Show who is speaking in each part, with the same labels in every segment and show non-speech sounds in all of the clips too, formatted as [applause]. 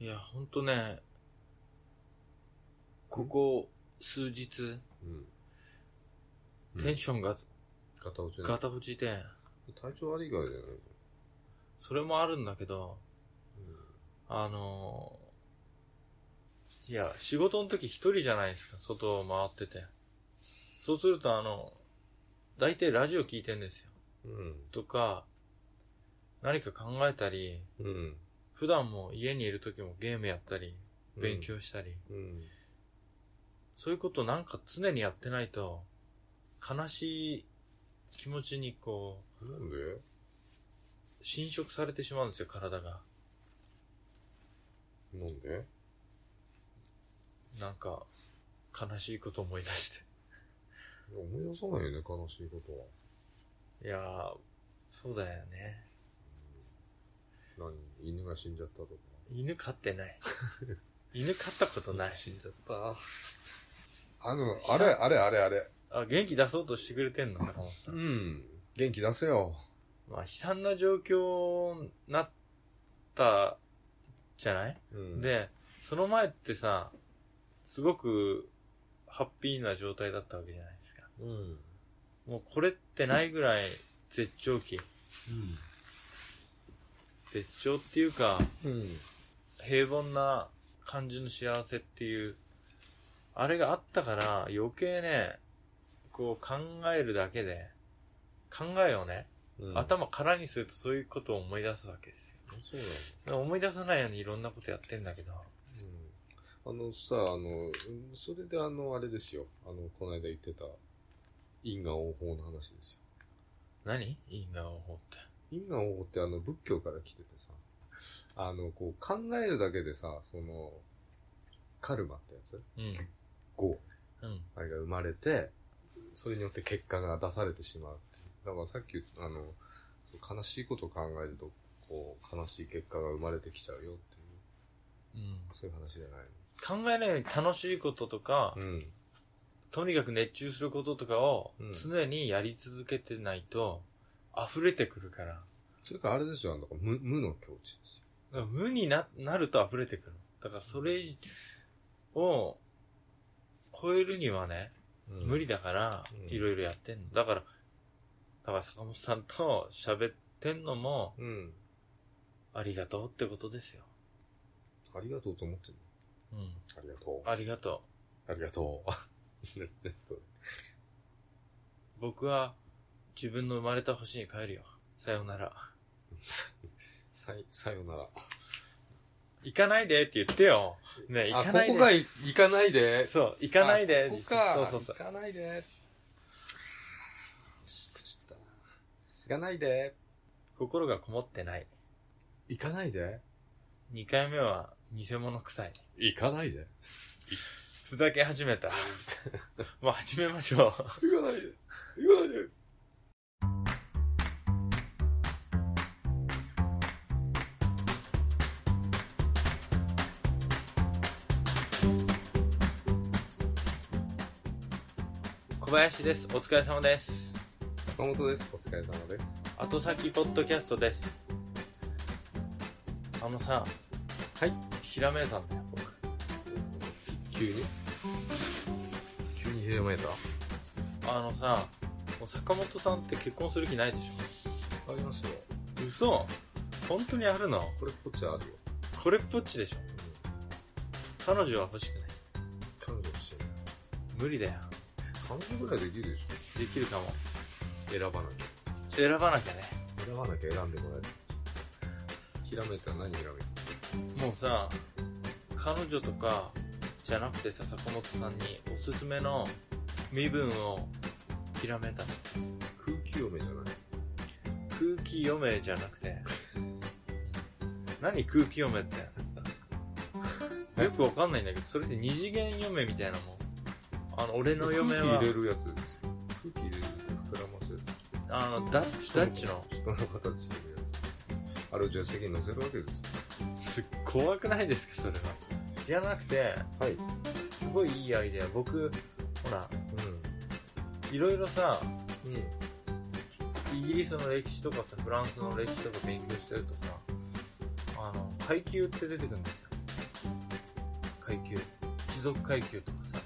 Speaker 1: いや、ほんとね、ここ数日、
Speaker 2: うん。
Speaker 1: テンションが
Speaker 2: 片落ちな
Speaker 1: ガ
Speaker 2: い。
Speaker 1: タ落ちで、
Speaker 2: 体調悪いからじゃないの
Speaker 1: それもあるんだけど、
Speaker 2: うん。
Speaker 1: あのーいや、仕事の時一人じゃないですか、外を回ってて。そうすると、あの、大体ラジオ聞いてんですよ。
Speaker 2: うん。
Speaker 1: とか、何か考えたり、
Speaker 2: うん。
Speaker 1: 普段も家にいる時もゲームやったり、勉強したり、
Speaker 2: うん。
Speaker 1: そういうことなんか常にやってないと、悲しい気持ちにこ
Speaker 2: なんで
Speaker 1: う、侵食されてしまうんですよ、体が。
Speaker 2: なんで
Speaker 1: なんか、悲しいこと思い出して。
Speaker 2: 思い出さないよね、悲しいことは。
Speaker 1: [laughs] いやー、そうだよね。
Speaker 2: 何犬が死んじゃったとか。
Speaker 1: 犬飼って
Speaker 2: [laughs]
Speaker 1: ない。犬飼ったことない。
Speaker 2: 死んじゃった。あの、あれ、あれ、あれ、あれ。
Speaker 1: あ、元気出そうとしてくれてんの、坂本さ。
Speaker 2: うんん。元気出せよ。
Speaker 1: まあ、悲惨な状況になった、じゃない、
Speaker 2: うん、
Speaker 1: で、その前ってさ、すごく、ハッピーな状態だったわけじゃないですか。
Speaker 2: うん。うん。
Speaker 1: もうこれってないぐらい、絶頂期。絶頂っていうか、
Speaker 2: うん。
Speaker 1: 平凡な感じの幸せっていう、あれがあったから余計ね、こう考えるだけで、考えをね、
Speaker 2: うん。
Speaker 1: 頭空にするとそういうことを思い出すわけです
Speaker 2: そうなんだ。
Speaker 1: よ。思い出さないようにいろんなことやってんだけど。
Speaker 2: うんあのさ、あの、うんそれであの、あれですよ。あの、この間言ってた、因果応報の話ですよ。
Speaker 1: 何因果応報って。
Speaker 2: 因果応報ってあの、仏教から来ててさ、あの、こう、考えるだけでさ、その、カルマってやつ
Speaker 1: う
Speaker 2: ?5。
Speaker 1: ん。うん。
Speaker 2: あれが生まれて、それによって結果が出されてしまうっていうだからさっき、あの、そう悲しいことを考えると、こう、悲しい結果が生まれてきちゃうよっていう、
Speaker 1: うん。
Speaker 2: そういう話じゃない
Speaker 1: 考えないように楽しいこととか、
Speaker 2: のうん。
Speaker 1: とにかく熱中することとかを
Speaker 2: うん
Speaker 1: 常にやり続けてないと、溢れてくるから。
Speaker 2: それからあれですよ、あの、無、無の境地ですよ。
Speaker 1: だから無にな、なると溢れてくる。だからそれを超えるにはね、無理だから
Speaker 2: うん、
Speaker 1: いろいろやってんの。だから、だから坂本さんと喋ってんのも、
Speaker 2: うん。
Speaker 1: ありがとうってことですよ。
Speaker 2: ありがとうと思ってる
Speaker 1: うん。
Speaker 2: ありがとう。
Speaker 1: ありがと
Speaker 2: ありがと [laughs] う。
Speaker 1: う。僕は、自分の生まれた星に帰るよ。さようなら。
Speaker 2: さい、さよなら。
Speaker 1: 行かないでって言ってよ。ねえ行
Speaker 2: あ、
Speaker 1: か
Speaker 2: こ
Speaker 1: ないで。
Speaker 2: こがい行かないで。
Speaker 1: そう、行かないで。
Speaker 2: あここか。
Speaker 1: そうそうそう。
Speaker 2: 行かないで。しくじったな。行かないで。
Speaker 1: 心がこもってない。
Speaker 2: 行かないで。
Speaker 1: 2回目は、偽物臭い。
Speaker 2: 行かないで。
Speaker 1: ふざけ始め
Speaker 2: [laughs]
Speaker 1: た。もう始めましょう。
Speaker 2: 行かないで。行かないで。
Speaker 1: 小林です。お疲れ様です。
Speaker 2: 岡本です。お疲れ様です。
Speaker 1: 後先ポッドキャストです。あのさ、
Speaker 2: はい。
Speaker 1: ひらめいたんだよ、僕。
Speaker 2: 急に急にひれまえた
Speaker 1: あのさ、もう坂本さんって結婚する気ないでし
Speaker 2: ありますよ。
Speaker 1: ょ嘘本当にあるの
Speaker 2: これっぽっちはあるよ。
Speaker 1: これっぽっちでしょ彼女は欲しくない。
Speaker 2: 彼女欲しい。
Speaker 1: 無理だよ。
Speaker 2: 彼女ぐらいできるでしょ
Speaker 1: できるかも。
Speaker 2: 選ばなき
Speaker 1: 選ばなきゃね。
Speaker 2: ゃ。選ばなきゃ選んでもらえる。ひらめいたら何ひらめいた
Speaker 1: もうさ、彼女とかじゃなくてさ、坂本さんにおすすめの身分をひらめいたの。
Speaker 2: 空気読めじゃない
Speaker 1: 空気読めじゃなく [laughs] て何空気読めってよくわかんないんだけどそれって二次元読めみたいなもんあの俺の嫁
Speaker 2: 空気
Speaker 1: は
Speaker 2: 入れるやつですよ。空気入れる膨らませる。
Speaker 1: あのダッチダッチの
Speaker 2: 人の形してるやつ。あれをじゃあ席に乗せるわけですよ。
Speaker 1: それ怖くないですかそれはじゃなくて
Speaker 2: はい。うん。
Speaker 1: すごいいいアイデア僕ほらいろいろさ
Speaker 2: うん。
Speaker 1: イギリスの歴史とかさフランスの歴史とか勉強してるとさあの階級って出てくるんですよ階級、貴族階級とかさ、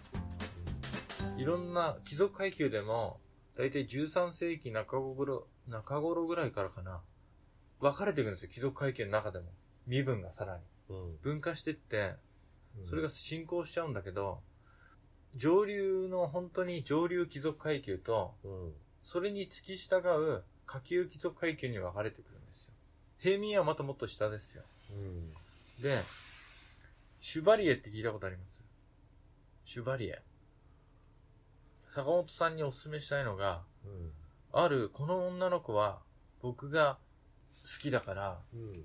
Speaker 1: いろんな貴族階級でも、だいたい13世紀中頃、中頃ぐらいからかな、分かれていくんですよ、貴族階級の中でも。身分がさらに。
Speaker 2: うん。
Speaker 1: 分化してって、それが、進行しちゃうんだけど、上流の本当に上流貴族階級と、
Speaker 2: うん。
Speaker 1: それに付き従う下級貴族階級に分かれてくるんですよ。平民はまたもっと下ですよ。
Speaker 2: うん。
Speaker 1: で、シュバリエって聞いたことありますシュバリエ。坂本さんにお勧めしたいのが、
Speaker 2: うん。
Speaker 1: あるこの女の子は僕が好きだから、
Speaker 2: うん。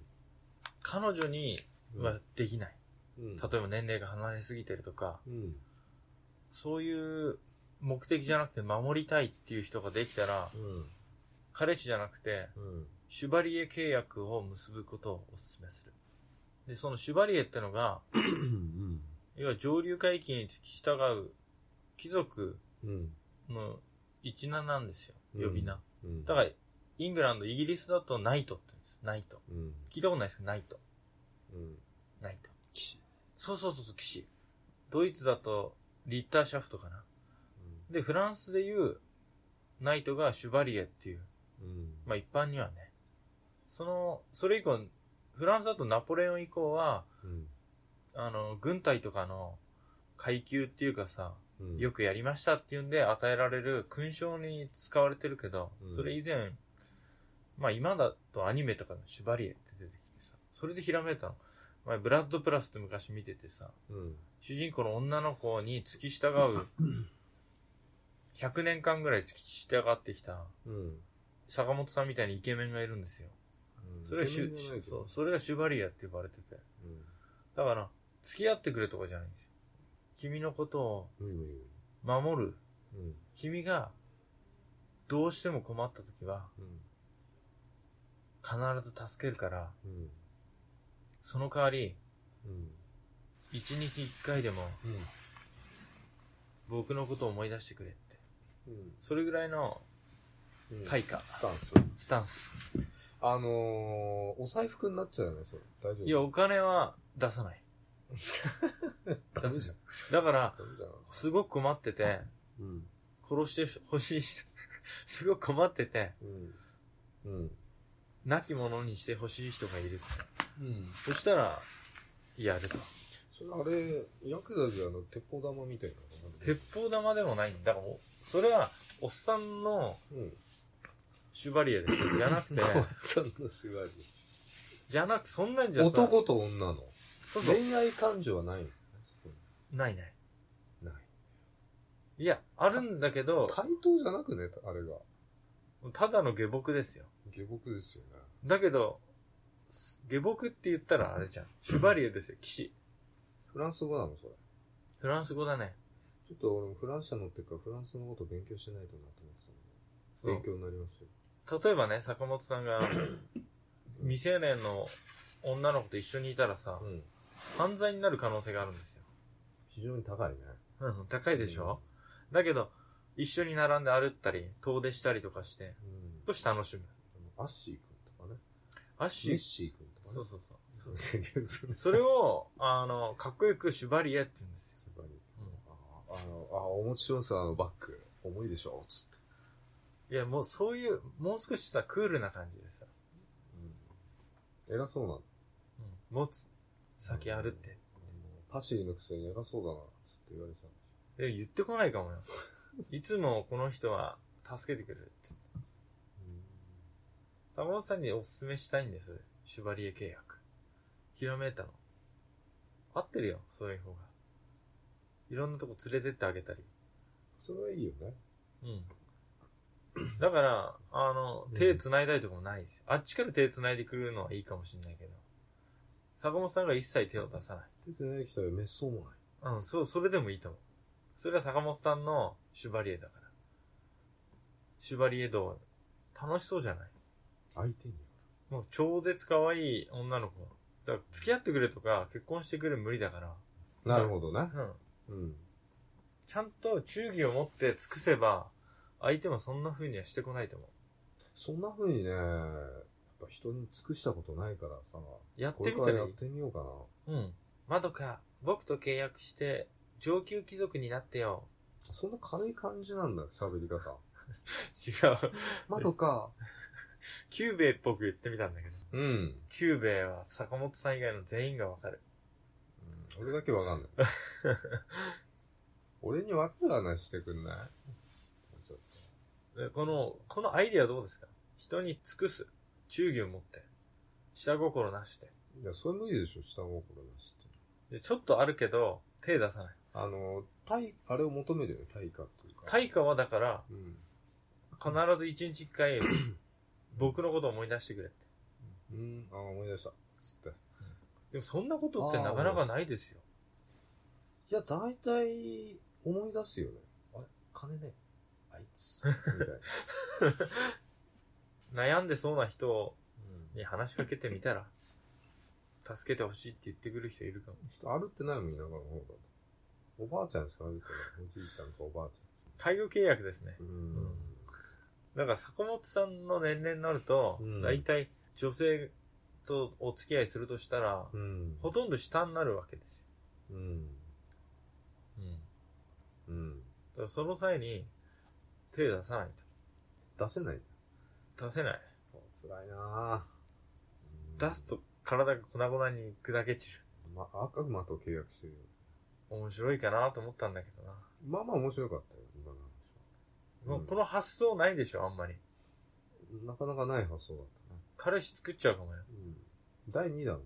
Speaker 1: 彼女にはできない。
Speaker 2: うん。
Speaker 1: 例えば年齢が離れすぎてるとか、
Speaker 2: うん。
Speaker 1: そういう目的じゃなくて守りたいっていう人ができたら、
Speaker 2: うん。
Speaker 1: 彼氏じゃなくて、
Speaker 2: うん。
Speaker 1: シュバリエ契約を結ぶことをお勧めする。で、そのシュバリエってのが、
Speaker 2: うん。
Speaker 1: 要は上流階級に付き従う貴族
Speaker 2: うん。
Speaker 1: の一名なんですよ。呼び名。
Speaker 2: うん。
Speaker 1: だから、イングランド、イギリスだとナイトって言うんです。ナイト。
Speaker 2: うん。
Speaker 1: 聞いたことないですかナイト。
Speaker 2: うん。
Speaker 1: ナイト。そうそうそうそう、騎士。ドイツだと、リッターシャフトかな。で、フランスでいう、ナイトがシュバリエっていう。
Speaker 2: うん。
Speaker 1: まあ一般にはね。その、それ以降、フランスだとナポレオン以降は、
Speaker 2: うん。
Speaker 1: あの、軍隊とかの階級っていうかさ、
Speaker 2: うん。
Speaker 1: よくやりましたっていうんで与えられる勲章に使われてるけど、
Speaker 2: うん
Speaker 1: それ以前、まあ今だとアニメとかのシュバリエって出てきてさ、それでひらめいたの。前ブラッドプラスって昔見ててさ、
Speaker 2: うん。
Speaker 1: 主人公の女の子に付き従
Speaker 2: [laughs]
Speaker 1: う、100年間ぐらい付き従ってきた、
Speaker 2: うん。
Speaker 1: 坂本さんみたいにイケメンがいるんですよ。それはシュ、シュそう、それがシュバリエって呼ばれてて。だから、付き合ってくれとかじゃないんですよ。君のことを
Speaker 2: うん。うん。
Speaker 1: 守る
Speaker 2: うん。
Speaker 1: 君がどうしても困った時は
Speaker 2: うん。
Speaker 1: 必ず助けるから、
Speaker 2: うん。
Speaker 1: その代わり、
Speaker 2: うん。
Speaker 1: 一日一回でも僕のことを思い出してくれって。
Speaker 2: うん。
Speaker 1: それぐらいの
Speaker 2: うん。
Speaker 1: 対価、
Speaker 2: スタンス。
Speaker 1: スタンス。
Speaker 2: あのー、お財布くになっちゃうよね、それ。大丈夫
Speaker 1: いや、お金は出さない。
Speaker 2: ダメじゃん。
Speaker 1: だから、
Speaker 2: ダメじゃん。
Speaker 1: すごく困ってて、
Speaker 2: うん。
Speaker 1: 殺してほしい人、 [laughs] すごく困ってて、
Speaker 2: うん。うん。
Speaker 1: 亡き者にしてほしい人がいる。
Speaker 2: うん。
Speaker 1: そしたら、やると。
Speaker 2: それあれ、ヤクザじゃあの、鉄砲玉みたいなのかな
Speaker 1: 鉄砲玉でもないんだ。だからもう、それは、おっさんの
Speaker 2: うん。
Speaker 1: シュバリエです
Speaker 2: [laughs]
Speaker 1: よ。じゃなくて、
Speaker 2: おっさんの縛
Speaker 1: じゃなく、そんなんじ
Speaker 2: り。
Speaker 1: ゃさ
Speaker 2: [laughs] 男と女の。
Speaker 1: そうそう。
Speaker 2: 恋愛感情はないの
Speaker 1: ないない。
Speaker 2: ない。
Speaker 1: いや、あるんだけど、
Speaker 2: 対等じゃなくね、あれが。
Speaker 1: ただの下僕ですよ。
Speaker 2: 下僕ですよね。
Speaker 1: だけど、下僕って言ったらあれじゃん。シュバリエですよ、騎士。
Speaker 2: フランス語なの、それ。
Speaker 1: フランス語だね。
Speaker 2: ちょっと俺もフランス車乗ってるから、フランスのこと勉強しないとなと思ってたんで
Speaker 1: そ
Speaker 2: 勉強になりますよ。
Speaker 1: う。例えばね、坂本さん
Speaker 2: [laughs]
Speaker 1: が、未成年の女の子と一緒にいたらさ、
Speaker 2: うん。
Speaker 1: 犯罪になる可能性があるんですよ。
Speaker 2: 非常に高いね。
Speaker 1: うん、高いでしょ、だけど、一緒に並んで歩ったり、遠出したりとかして、
Speaker 2: うん。
Speaker 1: 少し楽しむ。
Speaker 2: あのアッシー君とかね。
Speaker 1: アッ
Speaker 2: メ
Speaker 1: シ
Speaker 2: ッ
Speaker 1: ー、
Speaker 2: シー君とかね。
Speaker 1: そうそうそう。そう
Speaker 2: う。全然それ
Speaker 1: それを、あの、かっこよくシュバリエって言うんですよ。
Speaker 2: 縛り
Speaker 1: うん
Speaker 2: [laughs] ああの、あ、お持ちします、あのバッグ。重いでしょ、つって。
Speaker 1: いや、もうそういう、もう少しさ、クールな感じでさ、
Speaker 2: うん。偉そうな。
Speaker 1: 持つ、先あるって。
Speaker 2: パシリのくせに偉そうだな、つって言われちゃう。
Speaker 1: え、言ってこないかもよ。いつもこの人は助けてくれるって。坂本さんにおすすめしたいんです。シュバリエ契約。ひらめいたの。合ってるよ、そういう方が。いろんなとこ連れてってあげたり。
Speaker 2: それはいいよね。
Speaker 1: うん。だから、あの
Speaker 2: うん、
Speaker 1: 手繋いだりとかもないですよ。あっちから手繋いでくるのはいいかもしんないけど。坂本さんが一切手を出さない。
Speaker 2: 出てない人は滅相もない。
Speaker 1: うん、そう、それでもいいと思う。それは坂本さんのシュバリエだから。シュバリエ道、楽しそうじゃない
Speaker 2: 相手によ
Speaker 1: もう超絶可愛い女の子。だから付き合ってくれとか、結婚してくれ無理だから。
Speaker 2: る。なるほどね。
Speaker 1: うん。
Speaker 2: うん。
Speaker 1: ちゃんと忠義を持って尽くせば、相手もそんな風にはしてこないと思
Speaker 2: そんな風にね、やっぱ人に尽くしたことないからさ、
Speaker 1: う。やっ
Speaker 2: こ
Speaker 1: て
Speaker 2: れ
Speaker 1: み
Speaker 2: か
Speaker 1: た
Speaker 2: ら
Speaker 1: ら
Speaker 2: や
Speaker 1: い
Speaker 2: っ
Speaker 1: い。
Speaker 2: てみようかな。
Speaker 1: うん。まどか、僕と契約して、上級貴族になってよ。
Speaker 2: そんな軽い感じなんだ、喋り方。
Speaker 1: 違う。 [laughs]
Speaker 2: まどか。
Speaker 1: キューベイっぽく言ってみたんだけど。
Speaker 2: うん。うん
Speaker 1: キューベイは坂本さん以外の全員がわかる。
Speaker 2: 俺だけわかんない。俺にわかる話してくんないちょっ
Speaker 1: えこの、このアイディアどうですか人に尽くす。忠義を持って。下心なしで。
Speaker 2: といや、それ無理でしょ、下心なしって。
Speaker 1: でちょっとあるけど、手出さない。
Speaker 2: あの、対、あれを求めるよね、対価っていうか。
Speaker 1: 対価はだから、
Speaker 2: うん。
Speaker 1: 必ず一日一回、僕のことを思い出してくれって。
Speaker 2: うん、あ、思い出した。つって。
Speaker 1: でもそんなことってなかなかないですよ。
Speaker 2: いや、大体、思い出すよね。あれ金ね。あいつ。みたいな。
Speaker 1: 悩んでそうな人に話しかけてみたら、助けてほしいって言ってくる人いるかも。
Speaker 2: ちょっと歩ってないもん、田舎の方が。おばあちゃんしか歩いてない。おじいちゃんかおばあち
Speaker 1: 介護契約ですね
Speaker 2: ゃん。。うん
Speaker 1: んだから坂本さんの年齢になると、
Speaker 2: うん
Speaker 1: 大体女性とお付き合いするとしたら、
Speaker 2: うん。
Speaker 1: ほとんど下になるわけですよ。
Speaker 2: うん。うん。
Speaker 1: だからその際に手出さない
Speaker 2: 出せない。
Speaker 1: と。出せない。
Speaker 2: そう、辛いなぁ。
Speaker 1: 出す。と体が粉々に砕け散る。
Speaker 2: ま、悪魔と契約してるよ。
Speaker 1: 面白いかなと思ったんだけどな。
Speaker 2: まあまあ面白かったよ、今の
Speaker 1: も
Speaker 2: 話は。
Speaker 1: うこの発想ないでしょ、あんまり。
Speaker 2: うん、なかなかない発想だったな。
Speaker 1: 彼氏作っちゃうかもよ。
Speaker 2: うん。第2弾。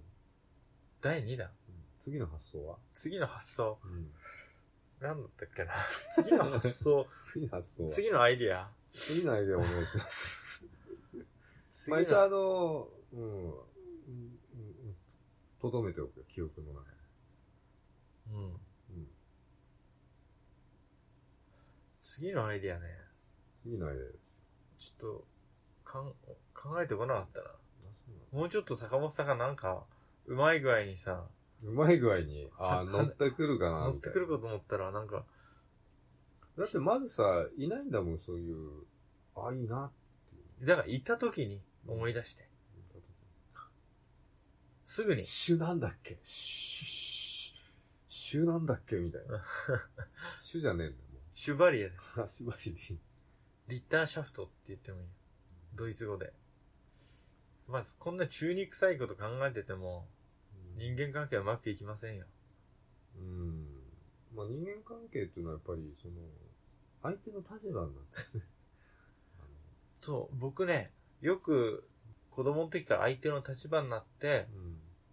Speaker 1: 第2弾。
Speaker 2: うん次の発想は
Speaker 1: 次の発想。 [laughs]
Speaker 2: うん。
Speaker 1: なんだったっけな。次の発想。
Speaker 2: 次の発想は
Speaker 1: 次のアイディア。
Speaker 2: 次のアイデアお願いします。
Speaker 1: [laughs] 次
Speaker 2: まあ
Speaker 1: の
Speaker 2: 一応あの、うん、うん、うん、とどめておくよ、記憶の中に。
Speaker 1: うん。
Speaker 2: うん。
Speaker 1: 次のアイディアね。
Speaker 2: 次のアイデアですよ。
Speaker 1: ちょっと、かん、考えてこなかったな。
Speaker 2: あそうな
Speaker 1: もうちょっと坂本さんがなんか、うまい具合にさ、
Speaker 2: のうまい具合に、あ
Speaker 1: は [laughs]
Speaker 2: ー乗ってくるかな、
Speaker 1: 乗っ
Speaker 2: み
Speaker 1: て
Speaker 2: たい
Speaker 1: く
Speaker 2: な
Speaker 1: る。かと思ったら、なんか、
Speaker 2: だってまずさ、いないんだもん、そういう、あ、いいな、
Speaker 1: だから行った時に思い出して。すぐに。
Speaker 2: シュなんだっけシュ、シュなんだっけみたい [laughs] な。シュじゃねえんだよ、も
Speaker 1: シュバリエで。
Speaker 2: う。足張りでいい。
Speaker 1: リッターシャフトって言ってもいいよ。ドイツ語で。まず、こんな中肉臭いこと考えてても、人間関係はうまくいきませんよ。
Speaker 2: うん。まあ、人間関係っていうのはやっぱり、その、相手の立場になって [laughs] ね。
Speaker 1: そう、僕ね、よく子供の時から相手の立場になって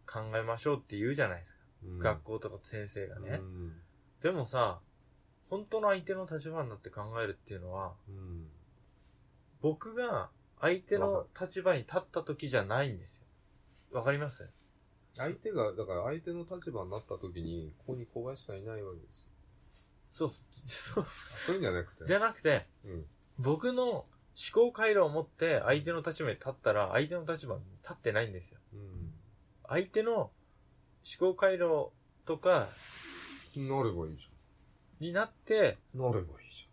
Speaker 2: あの
Speaker 1: 考えましょうって言うじゃないですか。
Speaker 2: うん。
Speaker 1: 学校とか先生がね
Speaker 2: う。ん。
Speaker 1: でもさ、本当の相手の立場になって考えるっていうのは、
Speaker 2: うん。
Speaker 1: 僕が相手
Speaker 2: わ
Speaker 1: の立場に立った時じゃないんですよ。わかります
Speaker 2: 相手が、だから相手の立場になった時に、ここに小林がいないわけですよ。
Speaker 1: そう、そう、
Speaker 2: そういうんじゃなくて。
Speaker 1: じゃなくて、
Speaker 2: うん。
Speaker 1: 僕の思考回路を持って相手の立場に立ったら、相手の立場に立ってないんですよ。
Speaker 2: う
Speaker 1: 相手の思考回路とか
Speaker 2: ん。なればいいじ
Speaker 1: になって
Speaker 2: ゃん。なればいいじ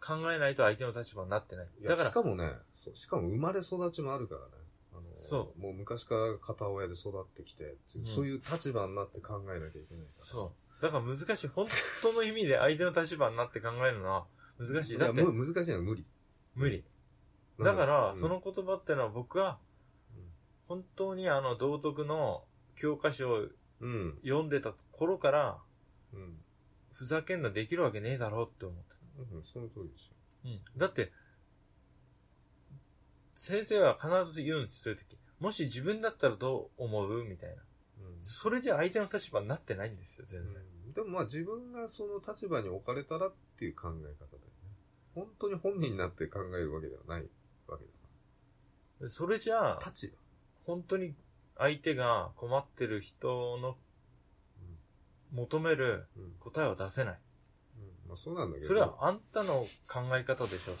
Speaker 1: 考えないと相手の立場になってない。
Speaker 2: ゃん。い
Speaker 1: だ
Speaker 2: や、
Speaker 1: か
Speaker 2: し
Speaker 1: ら、
Speaker 2: かもね、そう、しかも生まれ育ちもあるからね。あの、。
Speaker 1: そう
Speaker 2: もう昔から片親で育ってきて、
Speaker 1: うん
Speaker 2: そういう立場になって考えなきゃいけないから。
Speaker 1: そう。だから難しい。本当の意味で相手の立場になって考えるのは難しい。だっ
Speaker 2: い
Speaker 1: て
Speaker 2: や、、む難しいのは無理。
Speaker 1: 無理。だから、
Speaker 2: うん
Speaker 1: そ、の言葉ってのは僕は、本当にあの、道徳の教科書を
Speaker 2: うん。
Speaker 1: 読んでた頃から、
Speaker 2: うん。
Speaker 1: ふざけんなできるわけねえだろうって思ってた。
Speaker 2: うん、その通りですよ。
Speaker 1: だって、先生は必ず言うんです、そういう時。もし自分だったらどう思うみたいな。
Speaker 2: う
Speaker 1: それじゃ相手の立場になってないんですよ、全然。
Speaker 2: ん。でもまあ自分がその立場に置かれたらっていう考え方だよね。本当に本人になって考えるわけではないわけだ
Speaker 1: それじゃ
Speaker 2: から。
Speaker 1: あ、
Speaker 2: 立場。
Speaker 1: 本当に相手が困ってる人の求める
Speaker 2: うん。うん。
Speaker 1: 答えを出せない。
Speaker 2: まあそうなんだけど。
Speaker 1: それはあんたの考え方でしょ。
Speaker 2: [laughs]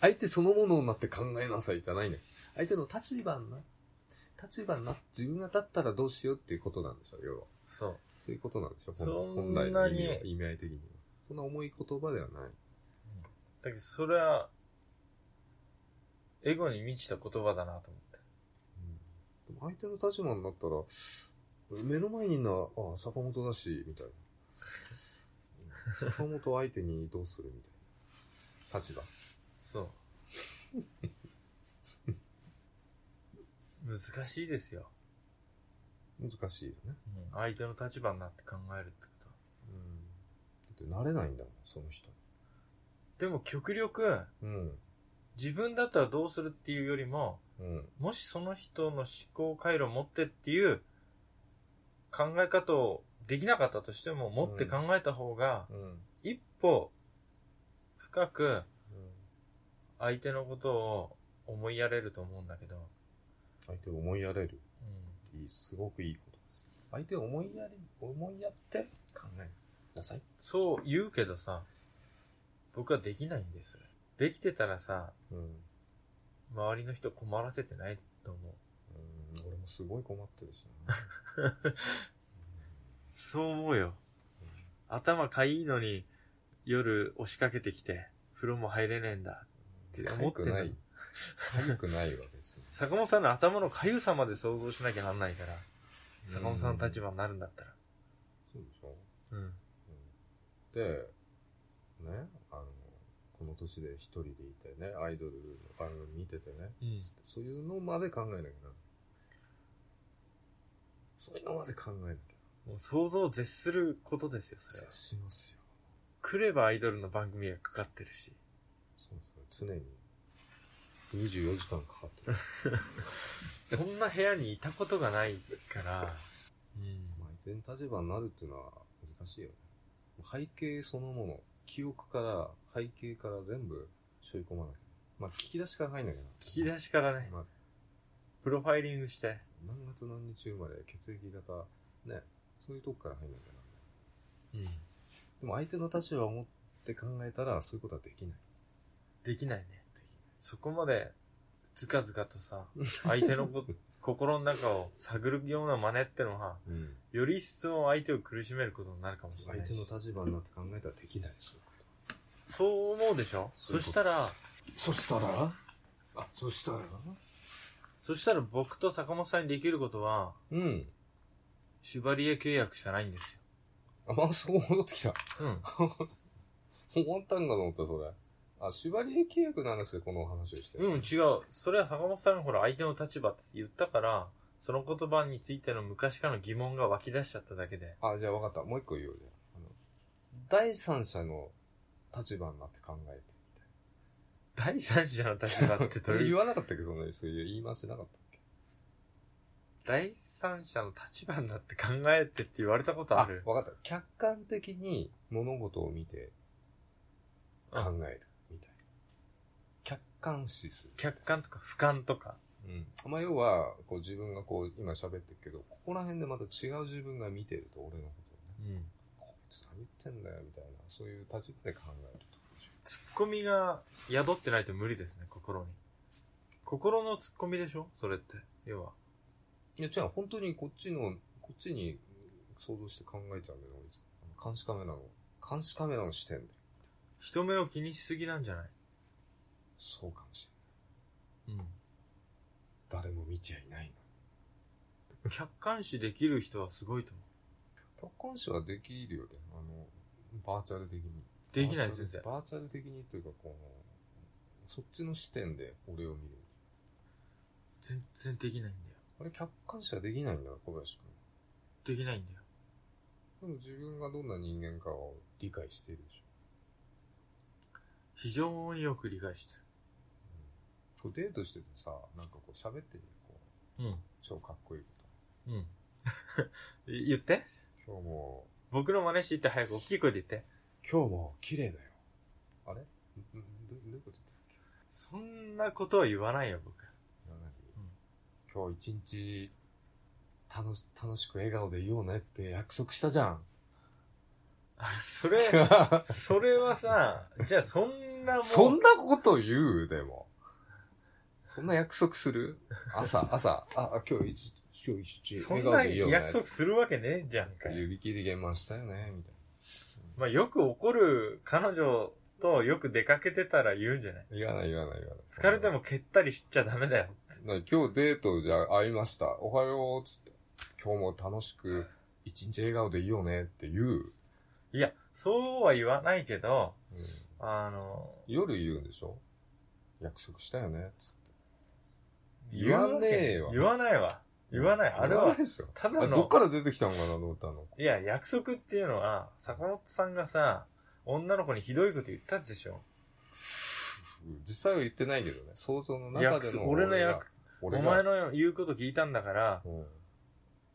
Speaker 2: 相手そのものになって考えなさいじゃないね。相手の立場にな、立場にな、自分が立ったらどうしようっていうことなんでしょ、要は。
Speaker 1: そう。
Speaker 2: そういうことなんでしょ、
Speaker 1: そんなに
Speaker 2: 本来の意味は意味合い的には。そんな重い言葉ではない。
Speaker 1: だけど、それは、エゴに満ちた言葉だなと思って。
Speaker 2: でも相手の立場になったら、目の前にいるのは、あ、坂本だし、みたいな。坂本相手にどうするみたいな。立場。
Speaker 1: そう。難しいですよ、
Speaker 2: 難しいよね。
Speaker 1: 相手の立場になって考えるってこと。
Speaker 2: うん。だって慣れないんだもん、その人に。
Speaker 1: でも極力、
Speaker 2: うん。
Speaker 1: 自分だったらどうするっていうよりも、
Speaker 2: うん。
Speaker 1: もしその人の思考回路を持ってっていう考え方をできなかったとしても、持って考えた方が、
Speaker 2: うん。
Speaker 1: 一歩深く相手のことを思いやれると思うんだけど、
Speaker 2: 相手を思いやれる。
Speaker 1: う
Speaker 2: いい、すごくいいことです。相手を思いやり、思いやって考えなさい。
Speaker 1: ん、そう言うけどさ、僕はできないんです。できてたらさ、
Speaker 2: うん。
Speaker 1: 周りの人困らせてないと思う。
Speaker 2: うん、俺もすごい困って [laughs] るしな。
Speaker 1: そう思うよ。頭かいいのに夜押しかけてきて、風呂も入れねえんだ。
Speaker 2: うん
Speaker 1: か
Speaker 2: か
Speaker 1: ゆ
Speaker 2: ゆ
Speaker 1: く
Speaker 2: く
Speaker 1: な
Speaker 2: ないい。かゆくないわ、別に。
Speaker 1: 坂本さんの頭のかゆさまで想像しなきゃなんないから、坂本さんの立
Speaker 2: 場。
Speaker 1: 場になるんだったら。
Speaker 2: そうでしょ
Speaker 1: うん。
Speaker 2: うんで、ね、あの、この年で一人でいてね、アイドルの番組見ててね、
Speaker 1: うん。
Speaker 2: そういうのまで考えなきゃな。そういうのまで考えなきゃ。
Speaker 1: もう想像を絶することですよ、それは
Speaker 2: 接。しますよ。
Speaker 1: 来ればアイドルの番組がかかってるし。
Speaker 2: そうそう、常に。24時間かかってる。
Speaker 1: そんな部屋にいたことがないから。うん
Speaker 2: まあ相手の立場になるっていうのは難しいよね。背景そのもの、記憶から、背景から全部背負い込まなきゃ。まあ、聞き出しから入んなきゃな。
Speaker 1: 聞き出しからね、
Speaker 2: まず、
Speaker 1: プロファイリングして。
Speaker 2: 何月何日生まれ、血液型、ね、そういうとこから入んなきゃな。
Speaker 1: うん。
Speaker 2: でも相手の立場を持って考えたら、そういうことはできない。
Speaker 1: できないね。そこまで、ずかずかとさ、相手の [laughs] こ心の中を探るような真似ってのは、
Speaker 2: うん。
Speaker 1: より一層相手を苦しめることになるかもしれ
Speaker 2: 相
Speaker 1: ない
Speaker 2: 手
Speaker 1: し
Speaker 2: の立場になって考えたらできない、そういうこと。
Speaker 1: そう思うでしょ
Speaker 2: そう
Speaker 1: そし
Speaker 2: いうこと
Speaker 1: たら、
Speaker 2: そしたらあ、そしたら
Speaker 1: そしたら僕と坂本さんにできることは、
Speaker 2: うん。
Speaker 1: シュバリエ契約しかないんです
Speaker 2: あ、まあ、そこ戻ってきた。
Speaker 1: よ。うん。
Speaker 2: 終わったんかと思った、それ。あ、シュバリエ契約の話でこのお話をしてる。
Speaker 1: うん、違う。それは坂本さんがほら、相手の立場って言ったから、その言葉についての昔からの疑問が湧き出しちゃっただけで。
Speaker 2: あ、じゃあ分かった。もう一個言おうじゃん。あの、第三者の立場になって考えてみたい
Speaker 1: 第三者の立場ってど
Speaker 2: な。
Speaker 1: う
Speaker 2: え
Speaker 1: い
Speaker 2: [laughs] 言
Speaker 1: う
Speaker 2: わなかったっけそんなそういう言い回しなかったっけ
Speaker 1: 第三者の立場になって考えてって言われたことある
Speaker 2: 分かった。客観的に物事を見て考
Speaker 1: うん
Speaker 2: える。みたいな。客観視する。
Speaker 1: 客観とか俯瞰とか。
Speaker 2: うん。まあ、要は、こう自分がこう、今喋ってるけど、ここら辺でまた違う自分が見てると、俺のことをね。
Speaker 1: うん。
Speaker 2: こいつ何言ってんだよ、みたいな。そういう立場で考えるってことでしょ。
Speaker 1: ツッコミが宿ってないと無理ですね、心に。心のツッコミでしょそれって。要は。
Speaker 2: いや、違う、本当にこっちの、こっちに想像して考えちゃうんだよ、俺いつもあの監視カメラの、監視カメラの視点で。
Speaker 1: 人目を気にしすぎなんじゃない
Speaker 2: そうかもし
Speaker 1: うん。
Speaker 2: れない。誰も見ちゃいないの。
Speaker 1: 客観視できる人はすごいと思
Speaker 2: 客観視はできるよね。あの、バーチャル的に。
Speaker 1: う。できない
Speaker 2: バーチ
Speaker 1: 先
Speaker 2: ャル
Speaker 1: 生。
Speaker 2: バーチャル的にというか、こう、そっちの視点で俺を見る。
Speaker 1: 全然できないんだよ。
Speaker 2: あれ、客観視はできないんだよ、小林
Speaker 1: できないんだよ。
Speaker 2: 君。でも自分がどんな人間かを理解しているでしょ。
Speaker 1: 非常によく理解して
Speaker 2: うん、こうデートしててさ、なんかこう喋ってるよ、こう、
Speaker 1: る。
Speaker 2: 超かっこいいこ
Speaker 1: うん。うん。 [laughs] 言って。
Speaker 2: と。今日も、
Speaker 1: 僕の真似してって早く大きい声で言って。
Speaker 2: 今日も綺麗だよ。あれんんどどういうこと言ってたっけ
Speaker 1: そんなことは言わないよ、僕。
Speaker 2: 言わない
Speaker 1: うん
Speaker 2: 今日一日、楽し、楽しく笑顔でいようねって約束したじゃん。
Speaker 1: あそ [laughs] れ、それはさ、じゃあそんなもう、
Speaker 2: [laughs] そんなこと言うでも。そんな約束する
Speaker 1: [laughs]
Speaker 2: 朝、朝、あ、あ今日一日、今日一日、
Speaker 1: そん
Speaker 2: 笑
Speaker 1: な
Speaker 2: 顔でいようねっ
Speaker 1: 約
Speaker 2: て。
Speaker 1: 束するわけねえじゃんかよ。
Speaker 2: 指切りゲームしたよね、みたい
Speaker 1: まあよく怒る彼女とよく出かけてたら言うんじゃない
Speaker 2: な。言わない言わない言わない。
Speaker 1: 疲れても蹴ったりしちゃダメだよ。
Speaker 2: な今日デートじゃあ会いました。おはよう、つって。今日も楽しく、一日笑顔でいようねっていう、うん
Speaker 1: いや、そうは言わないけど、あの、
Speaker 2: 夜言うんでしょ約束したよねつって。言わねえわ
Speaker 1: 言わないわ。言わない。あれ
Speaker 2: 言わな
Speaker 1: は、
Speaker 2: いですよ。
Speaker 1: た
Speaker 2: あ
Speaker 1: だ
Speaker 2: れど
Speaker 1: の
Speaker 2: っ、から出てきたのかなと思ったの。
Speaker 1: いや、約束っていうのは、坂本さんがさ、女の子にひどいこと言ったでしょ。
Speaker 2: 実際は言ってないけどね。想像の中
Speaker 1: 約
Speaker 2: で
Speaker 1: 束
Speaker 2: の
Speaker 1: 俺の約、お
Speaker 2: 俺
Speaker 1: 前
Speaker 2: が
Speaker 1: の言うこと聞いたんだから、
Speaker 2: うん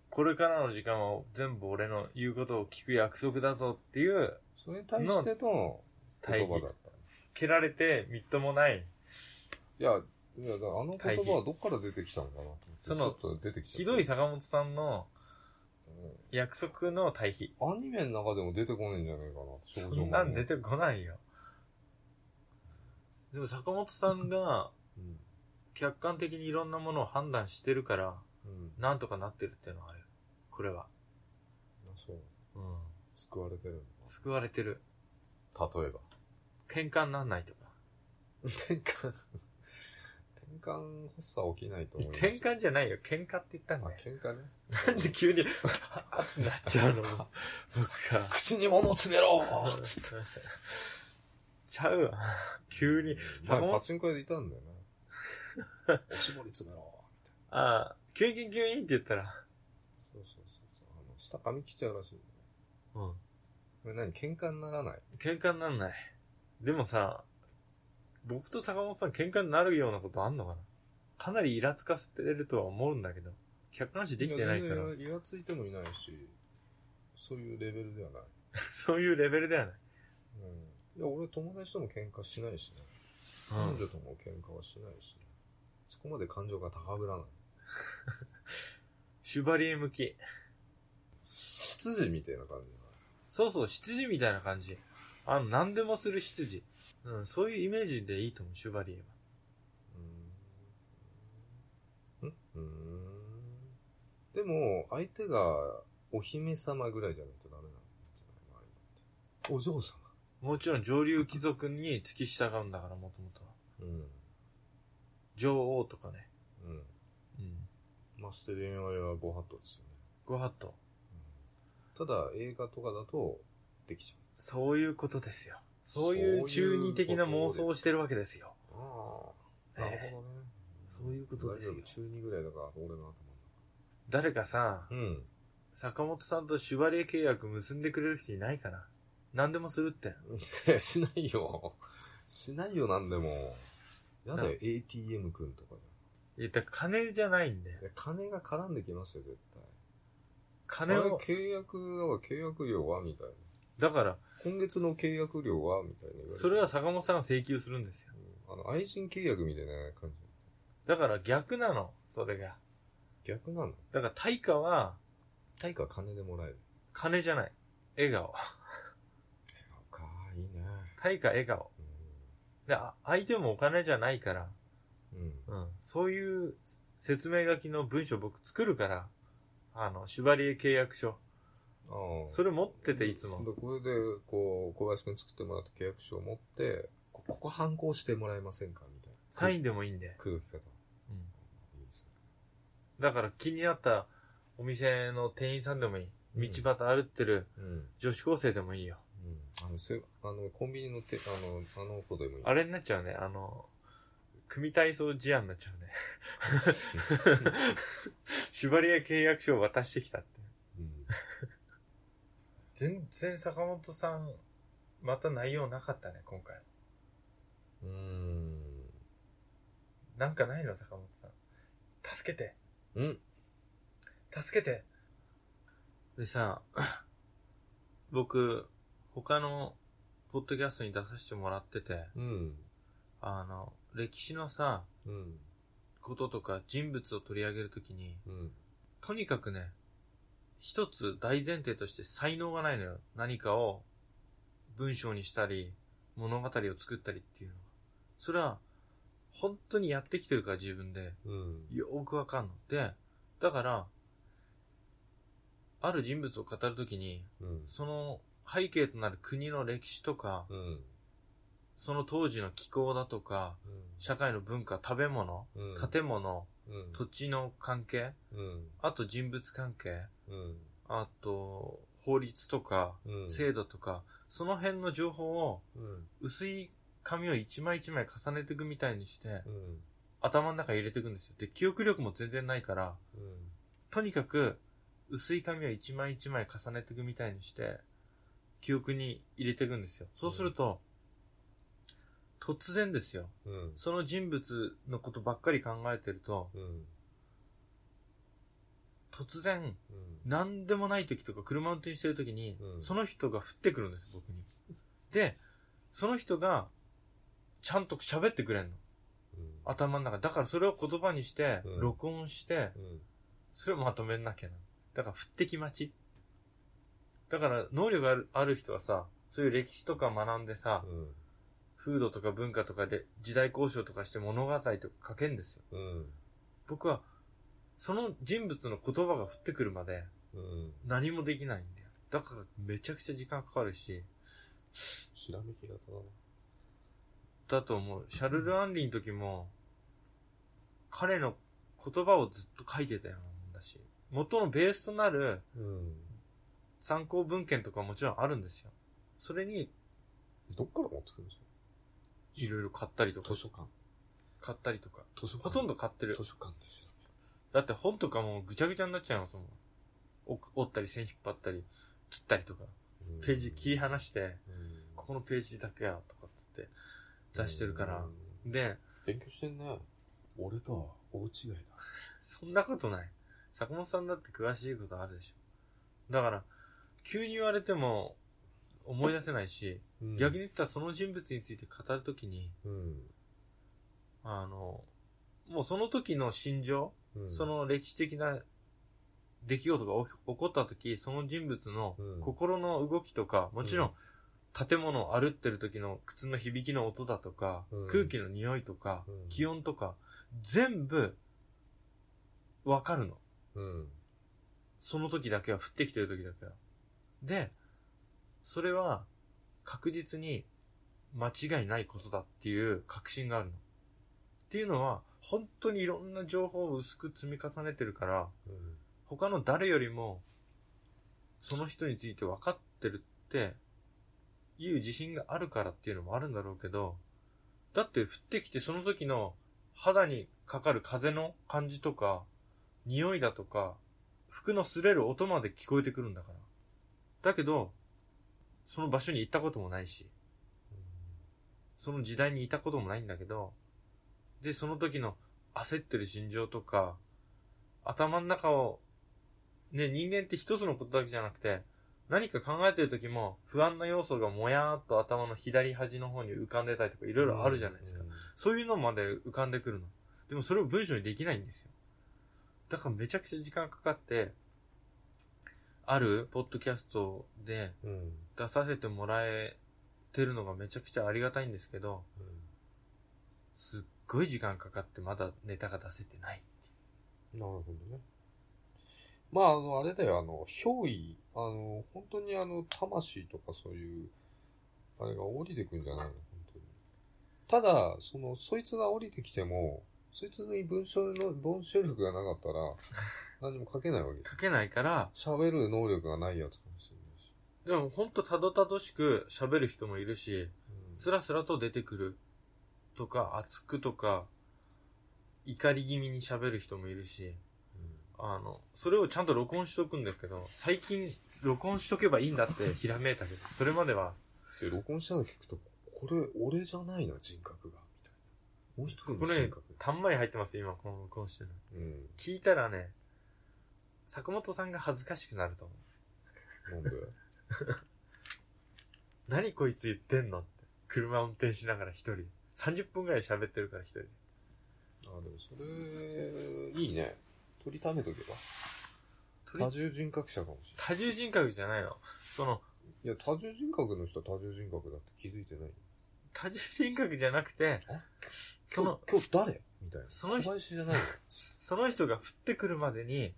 Speaker 1: これからの時間は全部俺の言うことを聞く約束だぞっていう、
Speaker 2: それに対しての
Speaker 1: 対
Speaker 2: 言葉
Speaker 1: 義
Speaker 2: だ。った。
Speaker 1: 蹴られてみっともない、
Speaker 2: いや、いやだからあの言葉はどっから出てきたのかなと思って。
Speaker 1: その
Speaker 2: ちょっと出てきちゃ
Speaker 1: ひ
Speaker 2: った
Speaker 1: どい坂本さんの
Speaker 2: うん
Speaker 1: 約束の対比。
Speaker 2: アニメの中でも出てこないんじゃないかな、少
Speaker 1: そ
Speaker 2: 女
Speaker 1: ん
Speaker 2: 漫画
Speaker 1: なん出てこないよ。でも坂本さんが
Speaker 2: うん。
Speaker 1: 客観的にいろんなものを判断してるから、
Speaker 2: うん。
Speaker 1: なんとかなってるっていうのはある。これは。
Speaker 2: あそう。
Speaker 1: うん。
Speaker 2: 救われてるのか
Speaker 1: 救われてる。
Speaker 2: 例えば。
Speaker 1: 喧嘩になんないとか。
Speaker 2: 転換。転換発作起きないと思います。
Speaker 1: 転換じゃないよ。喧嘩って言ったん
Speaker 2: あ
Speaker 1: だよ、。
Speaker 2: 喧嘩ね。
Speaker 1: なんで急に、あってなっちゃうのも僕が。
Speaker 2: 口に物を詰めろーつって
Speaker 1: ちゃうわ。急に。坂
Speaker 2: 前
Speaker 1: 本
Speaker 2: パチンコ屋でいたんだよな。 [laughs] おしぼり詰めろ
Speaker 1: ああ、キュイキュイキュインって言ったら。
Speaker 2: ーそうそうそうそう。あの、下髪切っちゃうらしいんだよ。
Speaker 1: うん。
Speaker 2: これ何喧嘩にならない
Speaker 1: 喧嘩になんない。でもさ、僕と坂本さん喧嘩になるようなことあんのかなかなりイラつかせてるとは思うんだけど、客観視できてないか
Speaker 2: や
Speaker 1: ら、
Speaker 2: 全然イラついてもいないし、そういうレベルではない。
Speaker 1: そういうレベルではない。
Speaker 2: うん。いや、俺友達とも喧嘩しないしね。彼
Speaker 1: うん
Speaker 2: 女とも喧嘩はしないしね。そこまで感情が高ぶらない。
Speaker 1: シュバリエ向き。
Speaker 2: 執事みたいな感じだな
Speaker 1: そうそう、執事みたいな感じ。あの、何でもする執事。うん、そういうイメージでいいと思う、シュバリエは。
Speaker 2: うーん。うーん。でも、相手がお姫様ぐらいじゃないとダメなんじゃないのああいうのってお嬢様。
Speaker 1: もちろん上流貴族に付き従うんだから、もともとは。
Speaker 2: うん。
Speaker 1: 女王とかね。
Speaker 2: うん。
Speaker 1: うん。
Speaker 2: まして恋愛はご法度ですよね。
Speaker 1: ご法度。
Speaker 2: うん、ただ、映画とかだと、できちゃ
Speaker 1: そういうことですよ。そういう中二的な妄想をしてるわけですよ。
Speaker 2: う。ああ。な
Speaker 1: ええ
Speaker 2: るほどね。
Speaker 1: そういうことですよ
Speaker 2: 大丈夫中2ぐらいだから、俺の頭の
Speaker 1: 誰かさ、
Speaker 2: 中。うん。
Speaker 1: 坂本さんとシュバリエ契約結んでくれる人いないかな何でもするって。
Speaker 2: いや [laughs] しないよ。しないよ、なんでも。や
Speaker 1: な
Speaker 2: だよ、ATM くんとかね。
Speaker 1: いや、だから金じゃないんだよ
Speaker 2: い。や金が絡んできますよ、絶対。あ
Speaker 1: 金
Speaker 2: れ
Speaker 1: を、
Speaker 2: 契約は契約料はみたいな。
Speaker 1: だから、
Speaker 2: 今月の契約料はみたいな言われて。
Speaker 1: それは坂本さんが請求するんですよ。
Speaker 2: うんあの、愛人契約みたいな感
Speaker 1: だから逆なの、それが。
Speaker 2: じ。逆なの
Speaker 1: だから対価は、
Speaker 2: 対価は金でもらえる。
Speaker 1: 金じゃない。笑顔。
Speaker 2: そうか、いいね。
Speaker 1: 対価笑顔。で、あ相手もお金じゃないから、
Speaker 2: うん。うん。
Speaker 1: うん。そういう説明書きの文章僕作るから、あの、シュバリエ契約書。
Speaker 2: ああ。
Speaker 1: それ持ってていつも。
Speaker 2: でこれで、こう、小林くん作ってもらった契約書を持って、こここ判行してもらえませんかみたいな。
Speaker 1: サインでもいいんで。
Speaker 2: 口説き方。
Speaker 1: うん。
Speaker 2: いいですね。
Speaker 1: だから気になったお店の店員さんでもいい。道端歩ってる
Speaker 2: うん。うん。
Speaker 1: 女子高生でもいいよ。
Speaker 2: あの、そういうあの、コンビニのて、あの、あの子でもいい。
Speaker 1: あれになっちゃうね。あの、組体操事案になっちゃうね。シュバリエ契約書を渡してきたって。
Speaker 2: うん。
Speaker 1: 全然坂本さん、また内容なかったね、今回。
Speaker 2: うーん。
Speaker 1: なんかないの、坂本さん。助けて
Speaker 2: うん。
Speaker 1: 助けてでさ、僕、他の、ポッドキャストに出させてもらってて、
Speaker 2: うん。
Speaker 1: あの、歴史のさ、
Speaker 2: うん。
Speaker 1: こととか人物を取り上げるときに、
Speaker 2: うん。
Speaker 1: とにかくね、一つ大前提として才能がないのよ。何かを文章にしたり、物語を作ったりっていうのは。それは、本当にやってきてるから自分で、
Speaker 2: うん。
Speaker 1: よーくわかんの。で、だから、ある人物を語るときに、
Speaker 2: うん。
Speaker 1: その背景となる国の歴史とか、
Speaker 2: うん。
Speaker 1: その当時の気候だとか、社会の文化、食べ物、
Speaker 2: うん。
Speaker 1: 建物、
Speaker 2: うん。
Speaker 1: 土地の関係
Speaker 2: うん。
Speaker 1: あと人物関係
Speaker 2: うん。
Speaker 1: あと、法律とか、
Speaker 2: うん。
Speaker 1: 制度とか、その辺の情報を
Speaker 2: うん。
Speaker 1: 薄い紙を一枚一枚重ねていくみたいにして、
Speaker 2: うん。
Speaker 1: 頭の中に入れていくんですよ。で、記憶力も全然ないから、
Speaker 2: うん。
Speaker 1: とにかく、薄い紙を一枚一枚重ねていくみたいにして、記憶に入れていくんですよ。そうすると、突然ですよ。
Speaker 2: うん。
Speaker 1: その人物のことばっかり考えてると、
Speaker 2: うん。
Speaker 1: 突然、
Speaker 2: うん。
Speaker 1: 何でもない時とか、車運転してる時に、
Speaker 2: うん
Speaker 1: その人が降ってくるんですよ、僕に。で、その人が、ちゃんと喋ってくれんの。
Speaker 2: うん。
Speaker 1: 頭の中。だからそれを言葉にして、
Speaker 2: うん
Speaker 1: 録音して、
Speaker 2: うん。
Speaker 1: それをまとめなきゃな。だから、降ってき待ち。だから、能力あるある人はさ、そういう歴史とか学んでさ、
Speaker 2: うん。
Speaker 1: 風土とか文化とかで時代交渉とかして物語とか書けんですよ。
Speaker 2: うん。
Speaker 1: 僕は、その人物の言葉が降ってくるまで、
Speaker 2: うん。
Speaker 1: 何もできないんだよ。だからめちゃくちゃ時間かかるし、
Speaker 2: ひらめき型だな。
Speaker 1: だと思う。シャルル・アンリの時も、彼の言葉をずっと書いてたようなもんだし、元のベースとなる
Speaker 2: うん。
Speaker 1: 参考文献とかもちろんあるんですよ。それに、
Speaker 2: どっから持ってくるんですか
Speaker 1: いろいろ買ったりとか
Speaker 2: 図、書館。
Speaker 1: 買ったりとか。
Speaker 2: 図書館。
Speaker 1: ほとんど買ってる
Speaker 2: 図。書館ですよ。
Speaker 1: だって本とかもうぐちゃぐちゃになっちゃうの、その。お折ったり線引っ張ったり、切ったりとか。
Speaker 2: うん
Speaker 1: ページ切り離して、
Speaker 2: うん
Speaker 1: ここのページだけや、とかっつって出してるから
Speaker 2: う。ん
Speaker 1: で、
Speaker 2: 勉強してんね。俺とは大違いだ。
Speaker 1: そんなことない。坂本さんだって詳しいことあるでしょ。だから、急に言われても思い出せないし、
Speaker 2: うん
Speaker 1: 逆に言ったらその人物について語るときに、
Speaker 2: うん。
Speaker 1: あの、もうその時の心情、
Speaker 2: うん
Speaker 1: そ、の歴史的な出来事が起き起こった時、その人物の
Speaker 2: うん
Speaker 1: 心の動きとか、もちろん建物を歩ってる時の靴の響きの音だとか、
Speaker 2: うん
Speaker 1: 空気の匂いとか、
Speaker 2: うん
Speaker 1: 気温とか、全部わかるの。
Speaker 2: うん。
Speaker 1: その時だけは、降ってきてる時だけは。で、それは確実に間違いないことだっていう確信があるの。っていうのは、本当にいろんな情報を薄く積み重ねてるから、
Speaker 2: うん。
Speaker 1: 他の誰よりも、その人について分かってるって、いう自信があるからっていうのもあるんだろうけど、だって降ってきてその時の肌にかかる風の感じとか、匂いだとか、服の擦れる音まで聞こえてくるんだから。だけど、その場所に行ったこともないし、その時代にいたこともないんだけど、で、その時の焦ってる心情とか、頭の中を、ね、人間って一つのことだけじゃなくて、何か考えてる時も不安な要素がもやーっと頭の左端の方に浮かんでたりとかいろいろあるじゃないですか。
Speaker 2: うん。
Speaker 1: そういうのまで浮かんでくるの。でもそれを文章にできないんですよ。だからめちゃくちゃ時間かかって、あるポッドキャストで
Speaker 2: うん。
Speaker 1: 出させてもらえてるのがめちゃくちゃありがたいんですけど、すっごい時間かかってまだネタが出せてない。
Speaker 2: なるほどね。まあ、あの、あれだよ、あの、憑依、あの、本当にあの、魂とかそういう、あれが降りてくんじゃないの本当に。ただ、その、そいつが降りてきても、そいつに文章の、文章力がなかったら、何も書けないわけです。
Speaker 1: 書けないから、
Speaker 2: 喋る能力がないやつかもしれないし。
Speaker 1: でもほんとたどたどしく喋る人もいるし、
Speaker 2: うん
Speaker 1: スラスラと出てくるとか、熱くとか、怒り気味に喋る人もいるし、あの、それをちゃんと録音しとくんだけど、最近録音しとけばいいんだ
Speaker 2: [laughs]
Speaker 1: ってひらめいたけど、それまでは、
Speaker 2: で、録音したの聞くと、これ、俺じゃないな、人格が。みたいな。もう一人の人格。
Speaker 1: たんまり入ってますよ、今この録音してるの。
Speaker 2: うん。
Speaker 1: 聞いたらね、坂本さんが恥ずかしくなると思う。
Speaker 2: なんで
Speaker 1: 何こいつ言ってんのって。車運転しながら一人で。30分くらい喋ってるから一人で。
Speaker 2: あ、でもそれ、いいね。取りためとけば。
Speaker 1: 取り
Speaker 2: 多重人格者かもしれな
Speaker 1: 多重人格じゃないの。その、
Speaker 2: い。いや、多重人格の人は多重人格だって気づいてない。
Speaker 1: 多重人格じゃなくて
Speaker 2: あ、
Speaker 1: その、
Speaker 2: 今日、今日誰みたいな。
Speaker 1: その人
Speaker 2: 小林じゃな
Speaker 1: [laughs]
Speaker 2: いの。
Speaker 1: その人が降ってくるまでに、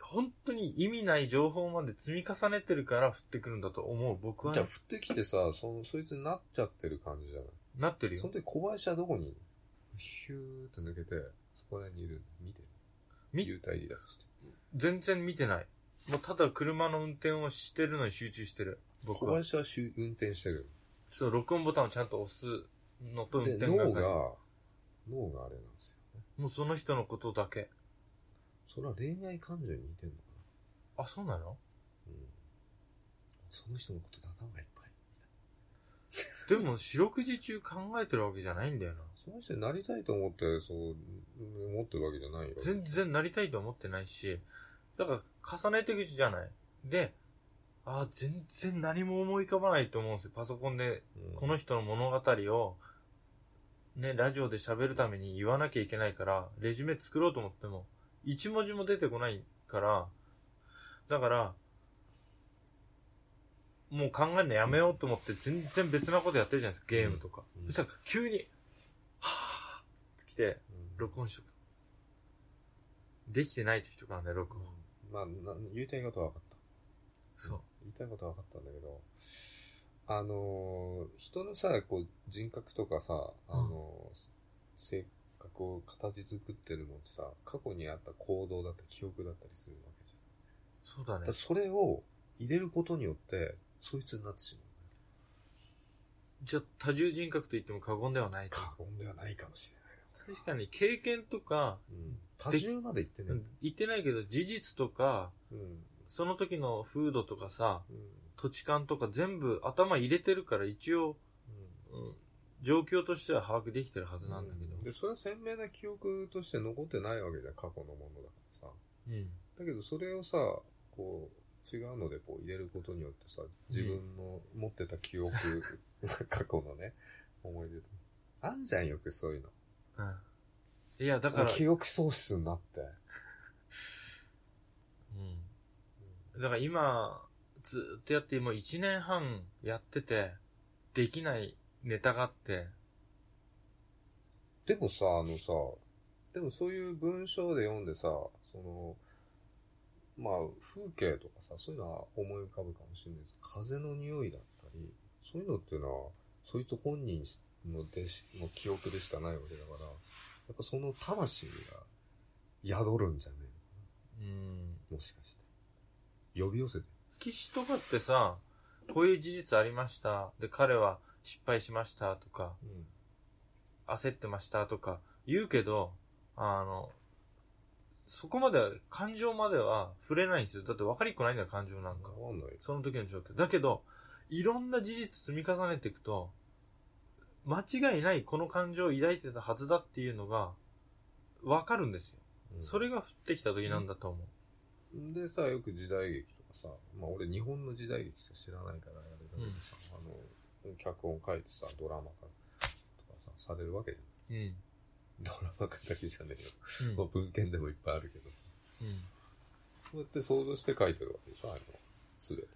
Speaker 1: 本当に意味ない情報まで積み重ねてるから降ってくるんだと思う。僕は
Speaker 2: じゃ
Speaker 1: ね、
Speaker 2: あ、降ってきてさ、その、そいつになっちゃってる感じじゃない。
Speaker 1: なってる
Speaker 2: そ
Speaker 1: よ
Speaker 2: の。時小林はどこにいるヒューって抜けて、こら辺にいる。見てる。
Speaker 1: み
Speaker 2: 幽体離脱して。
Speaker 1: 全然見てない。もうただ車の運転をしてるのに集中してる。僕
Speaker 2: 小
Speaker 1: は。
Speaker 2: 林はしゅ運転してる。
Speaker 1: そう、録音ボタンをちゃんと押すのと運
Speaker 2: で、
Speaker 1: 転
Speaker 2: 脳
Speaker 1: 係
Speaker 2: が、脳があれなんですよね。
Speaker 1: もうその人のことだけ。
Speaker 2: それは恋愛感情に似てんのか
Speaker 1: あ、そうなの
Speaker 2: な。うん。その人のことで頭がいっぱい。
Speaker 1: でも四六時中考えてるわけじゃないんだよな。
Speaker 2: その人になりたいと思って、そう、思ってるわけじゃないよ。
Speaker 1: 全然なりたいと思ってないし、だから重ねていくじゃない。で、ああ、全然何も思い浮かばないと思うんですよ。パソコンで
Speaker 2: うん、
Speaker 1: この人の物語を、ね、ラジオで喋るために言わなきゃいけないから、レジュメ作ろうと思っても、一文字も出てこないから、だから、もう考えるのやめようと思って全然別なことやってるじゃないですか、ゲームとか。
Speaker 2: うん
Speaker 1: そしたら急に、はぁーって来て、
Speaker 2: うん
Speaker 1: 録音しとく。できてない時とかなんだよ、録音。
Speaker 2: まあ、な言いたいことは分かった。
Speaker 1: そう。
Speaker 2: 言いたいことは分かったんだけど、あのー人のさ、こう、人格とかさ、あのー性格を形作ってるもんってさ、過去にあった行動だったり記憶だったりするわけじゃん。
Speaker 1: そうだ
Speaker 2: だ
Speaker 1: ね
Speaker 2: から。それを入れることによって、そいつになってしまう。
Speaker 1: じゃあ、多重人格と言っても過言ではないと。
Speaker 2: 過言ではないかもしれないなこれ
Speaker 1: 確かに経験とか、
Speaker 2: うん。多重までいってね。
Speaker 1: 言ってないけど、事実とか、
Speaker 2: うん。
Speaker 1: その時の風土とかさ、
Speaker 2: うん。
Speaker 1: 土地勘とか全部頭入れてるから一応、うん、状況としては把握できてるは
Speaker 2: う
Speaker 1: ず
Speaker 2: ん。
Speaker 1: なんだけど。
Speaker 2: で、それは鮮明な記憶として残ってないわけじゃん、過去のものだからさ。
Speaker 1: うん。
Speaker 2: だけどそれをさ、こう、違うのでこう入れることによってさ、自分の持ってた記憶、 [laughs] 過去のね、思い出とか。あんじゃんよくそういうの。
Speaker 1: うん。いや、だから、
Speaker 2: 記憶喪失になって。
Speaker 1: うん。だから今、ずっとやって、もう1年半やってて、できないネタがあって、
Speaker 2: でもさ、あのさ、でもそういう文章で読んでさ、その、まあ、風景とかさ、そういうのは思い浮かぶかもしれないです。風の匂いだったり、そういうのっていうのは、そいつ本人のでしの記憶でしかないわけだから、やっぱその魂が宿るんじゃね
Speaker 1: うん。
Speaker 2: えのもしかして。呼び寄せて。
Speaker 1: 歴史とかってさ、こういう事実ありました。で、彼は失敗しましたとか、
Speaker 2: うん。
Speaker 1: 焦ってましたとか言うけど、あの、そこまでは、感情までは触れないんですよ。だって分かりっこないんだよ、感情なんか。
Speaker 2: わかんないよ。
Speaker 1: その時の状況。だけど、いろんな事実積み重ねていくと、間違いないこの感情を抱いてたはずだっていうのが、分かるんですよ。
Speaker 2: うん
Speaker 1: それが降ってきた時なんだと思う。
Speaker 2: でさ、よく時代劇とかさ、まあ俺日本の時代劇しか知らないからあれだけどさ、あの、脚本書いてさ、ドラマ化とかさ、されるわけじ
Speaker 1: うん。うん。
Speaker 2: ゃん。 [laughs] ドラマ化だけじゃねえよ。まあ文献でもいっぱいあるけどさ。
Speaker 1: うん
Speaker 2: そうやって想像して書いてるわけでしょ、ああいうの。すべて。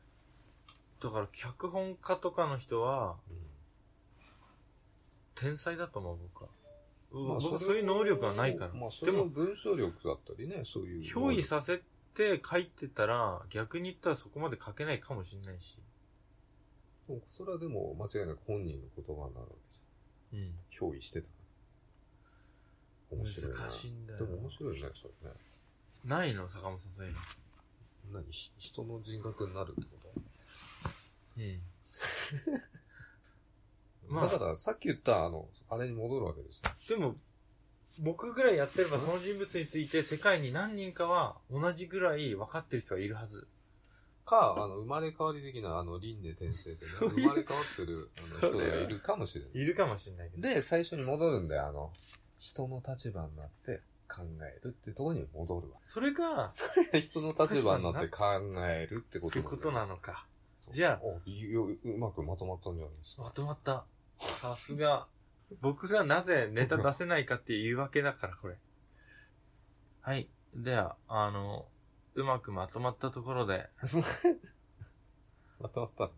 Speaker 1: だから、脚本家とかの人は、
Speaker 2: う
Speaker 1: 天才だと思う、僕は。僕はそういう能力はないから。
Speaker 2: まあそ
Speaker 1: で
Speaker 2: れ
Speaker 1: も
Speaker 2: も、文章力だったりね、そういう。
Speaker 1: 憑依させて書いてたら、逆に言ったらそこまで書けないかもしれないし。
Speaker 2: でもそれはでも間違いなく本人の言葉になるわけ
Speaker 1: うん。
Speaker 2: じゃん。憑依してたから。面白いな。
Speaker 1: 難しいんだよ。
Speaker 2: でも面白いね、それね。
Speaker 1: ないの坂本さん、そういうの。
Speaker 2: 何ひ人の人格になるってこと
Speaker 1: うん。まあ
Speaker 2: だから、さっき言った、あの、あれに戻るわけですよ。
Speaker 1: でも、僕ぐらいやってればその人物について世界に何人かは同じぐらい分かってる人はいるはず。
Speaker 2: か、あの、生まれ変わり的な、あの、輪廻転生で、ね、
Speaker 1: そういう
Speaker 2: 生まれ変わってるあの
Speaker 1: そ
Speaker 2: 人
Speaker 1: れは
Speaker 2: がいるかもしれない。
Speaker 1: いるかもしれないけど。
Speaker 2: で、最初に戻るんだよ、あの、人の立場になって考えるっていうところに戻るわ。
Speaker 1: それが、
Speaker 2: それ
Speaker 1: [laughs]
Speaker 2: が人の立場になって考えるってことと
Speaker 1: いうことな
Speaker 2: の。
Speaker 1: のか。
Speaker 2: そう
Speaker 1: じゃあ
Speaker 2: おいようまくまとまったんじゃないですか。
Speaker 1: まとまった。さすが。僕がなぜネタ出せないかっていう言い訳だから、これ。はい。では、あの、うまくまとまったところで、
Speaker 2: まとまった。
Speaker 1: 今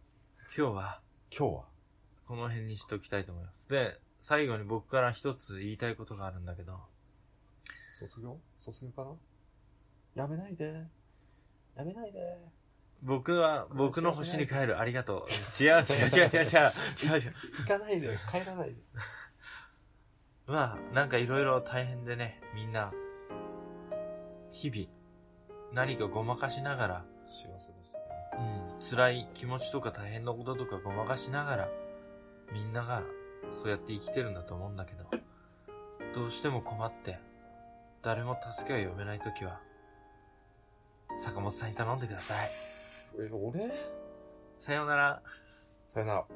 Speaker 1: 日は
Speaker 2: 今日は
Speaker 1: この辺にしときたいと思います。で、最後に僕から一つ言いたいことがあるんだけど、
Speaker 2: 卒業卒業かなやめないで。やめないで。
Speaker 1: 僕は僕の星に帰る。ありがとう。違う違う違う違う違う違う違う。
Speaker 2: 行かないで。帰らないで。
Speaker 1: まあ、なんかいろいろ大変でね、みんな、日々、何かごまかしながら、
Speaker 2: 幸せです
Speaker 1: うん、辛い気持ちとか大変なこととかごまかしながら、みんながそうやって生きてるんだと思うんだけど、どうしても困って、誰も助けを呼べないときは、坂本さんに頼んでください。
Speaker 2: ね。え、俺
Speaker 1: さようなら。
Speaker 2: さよなら。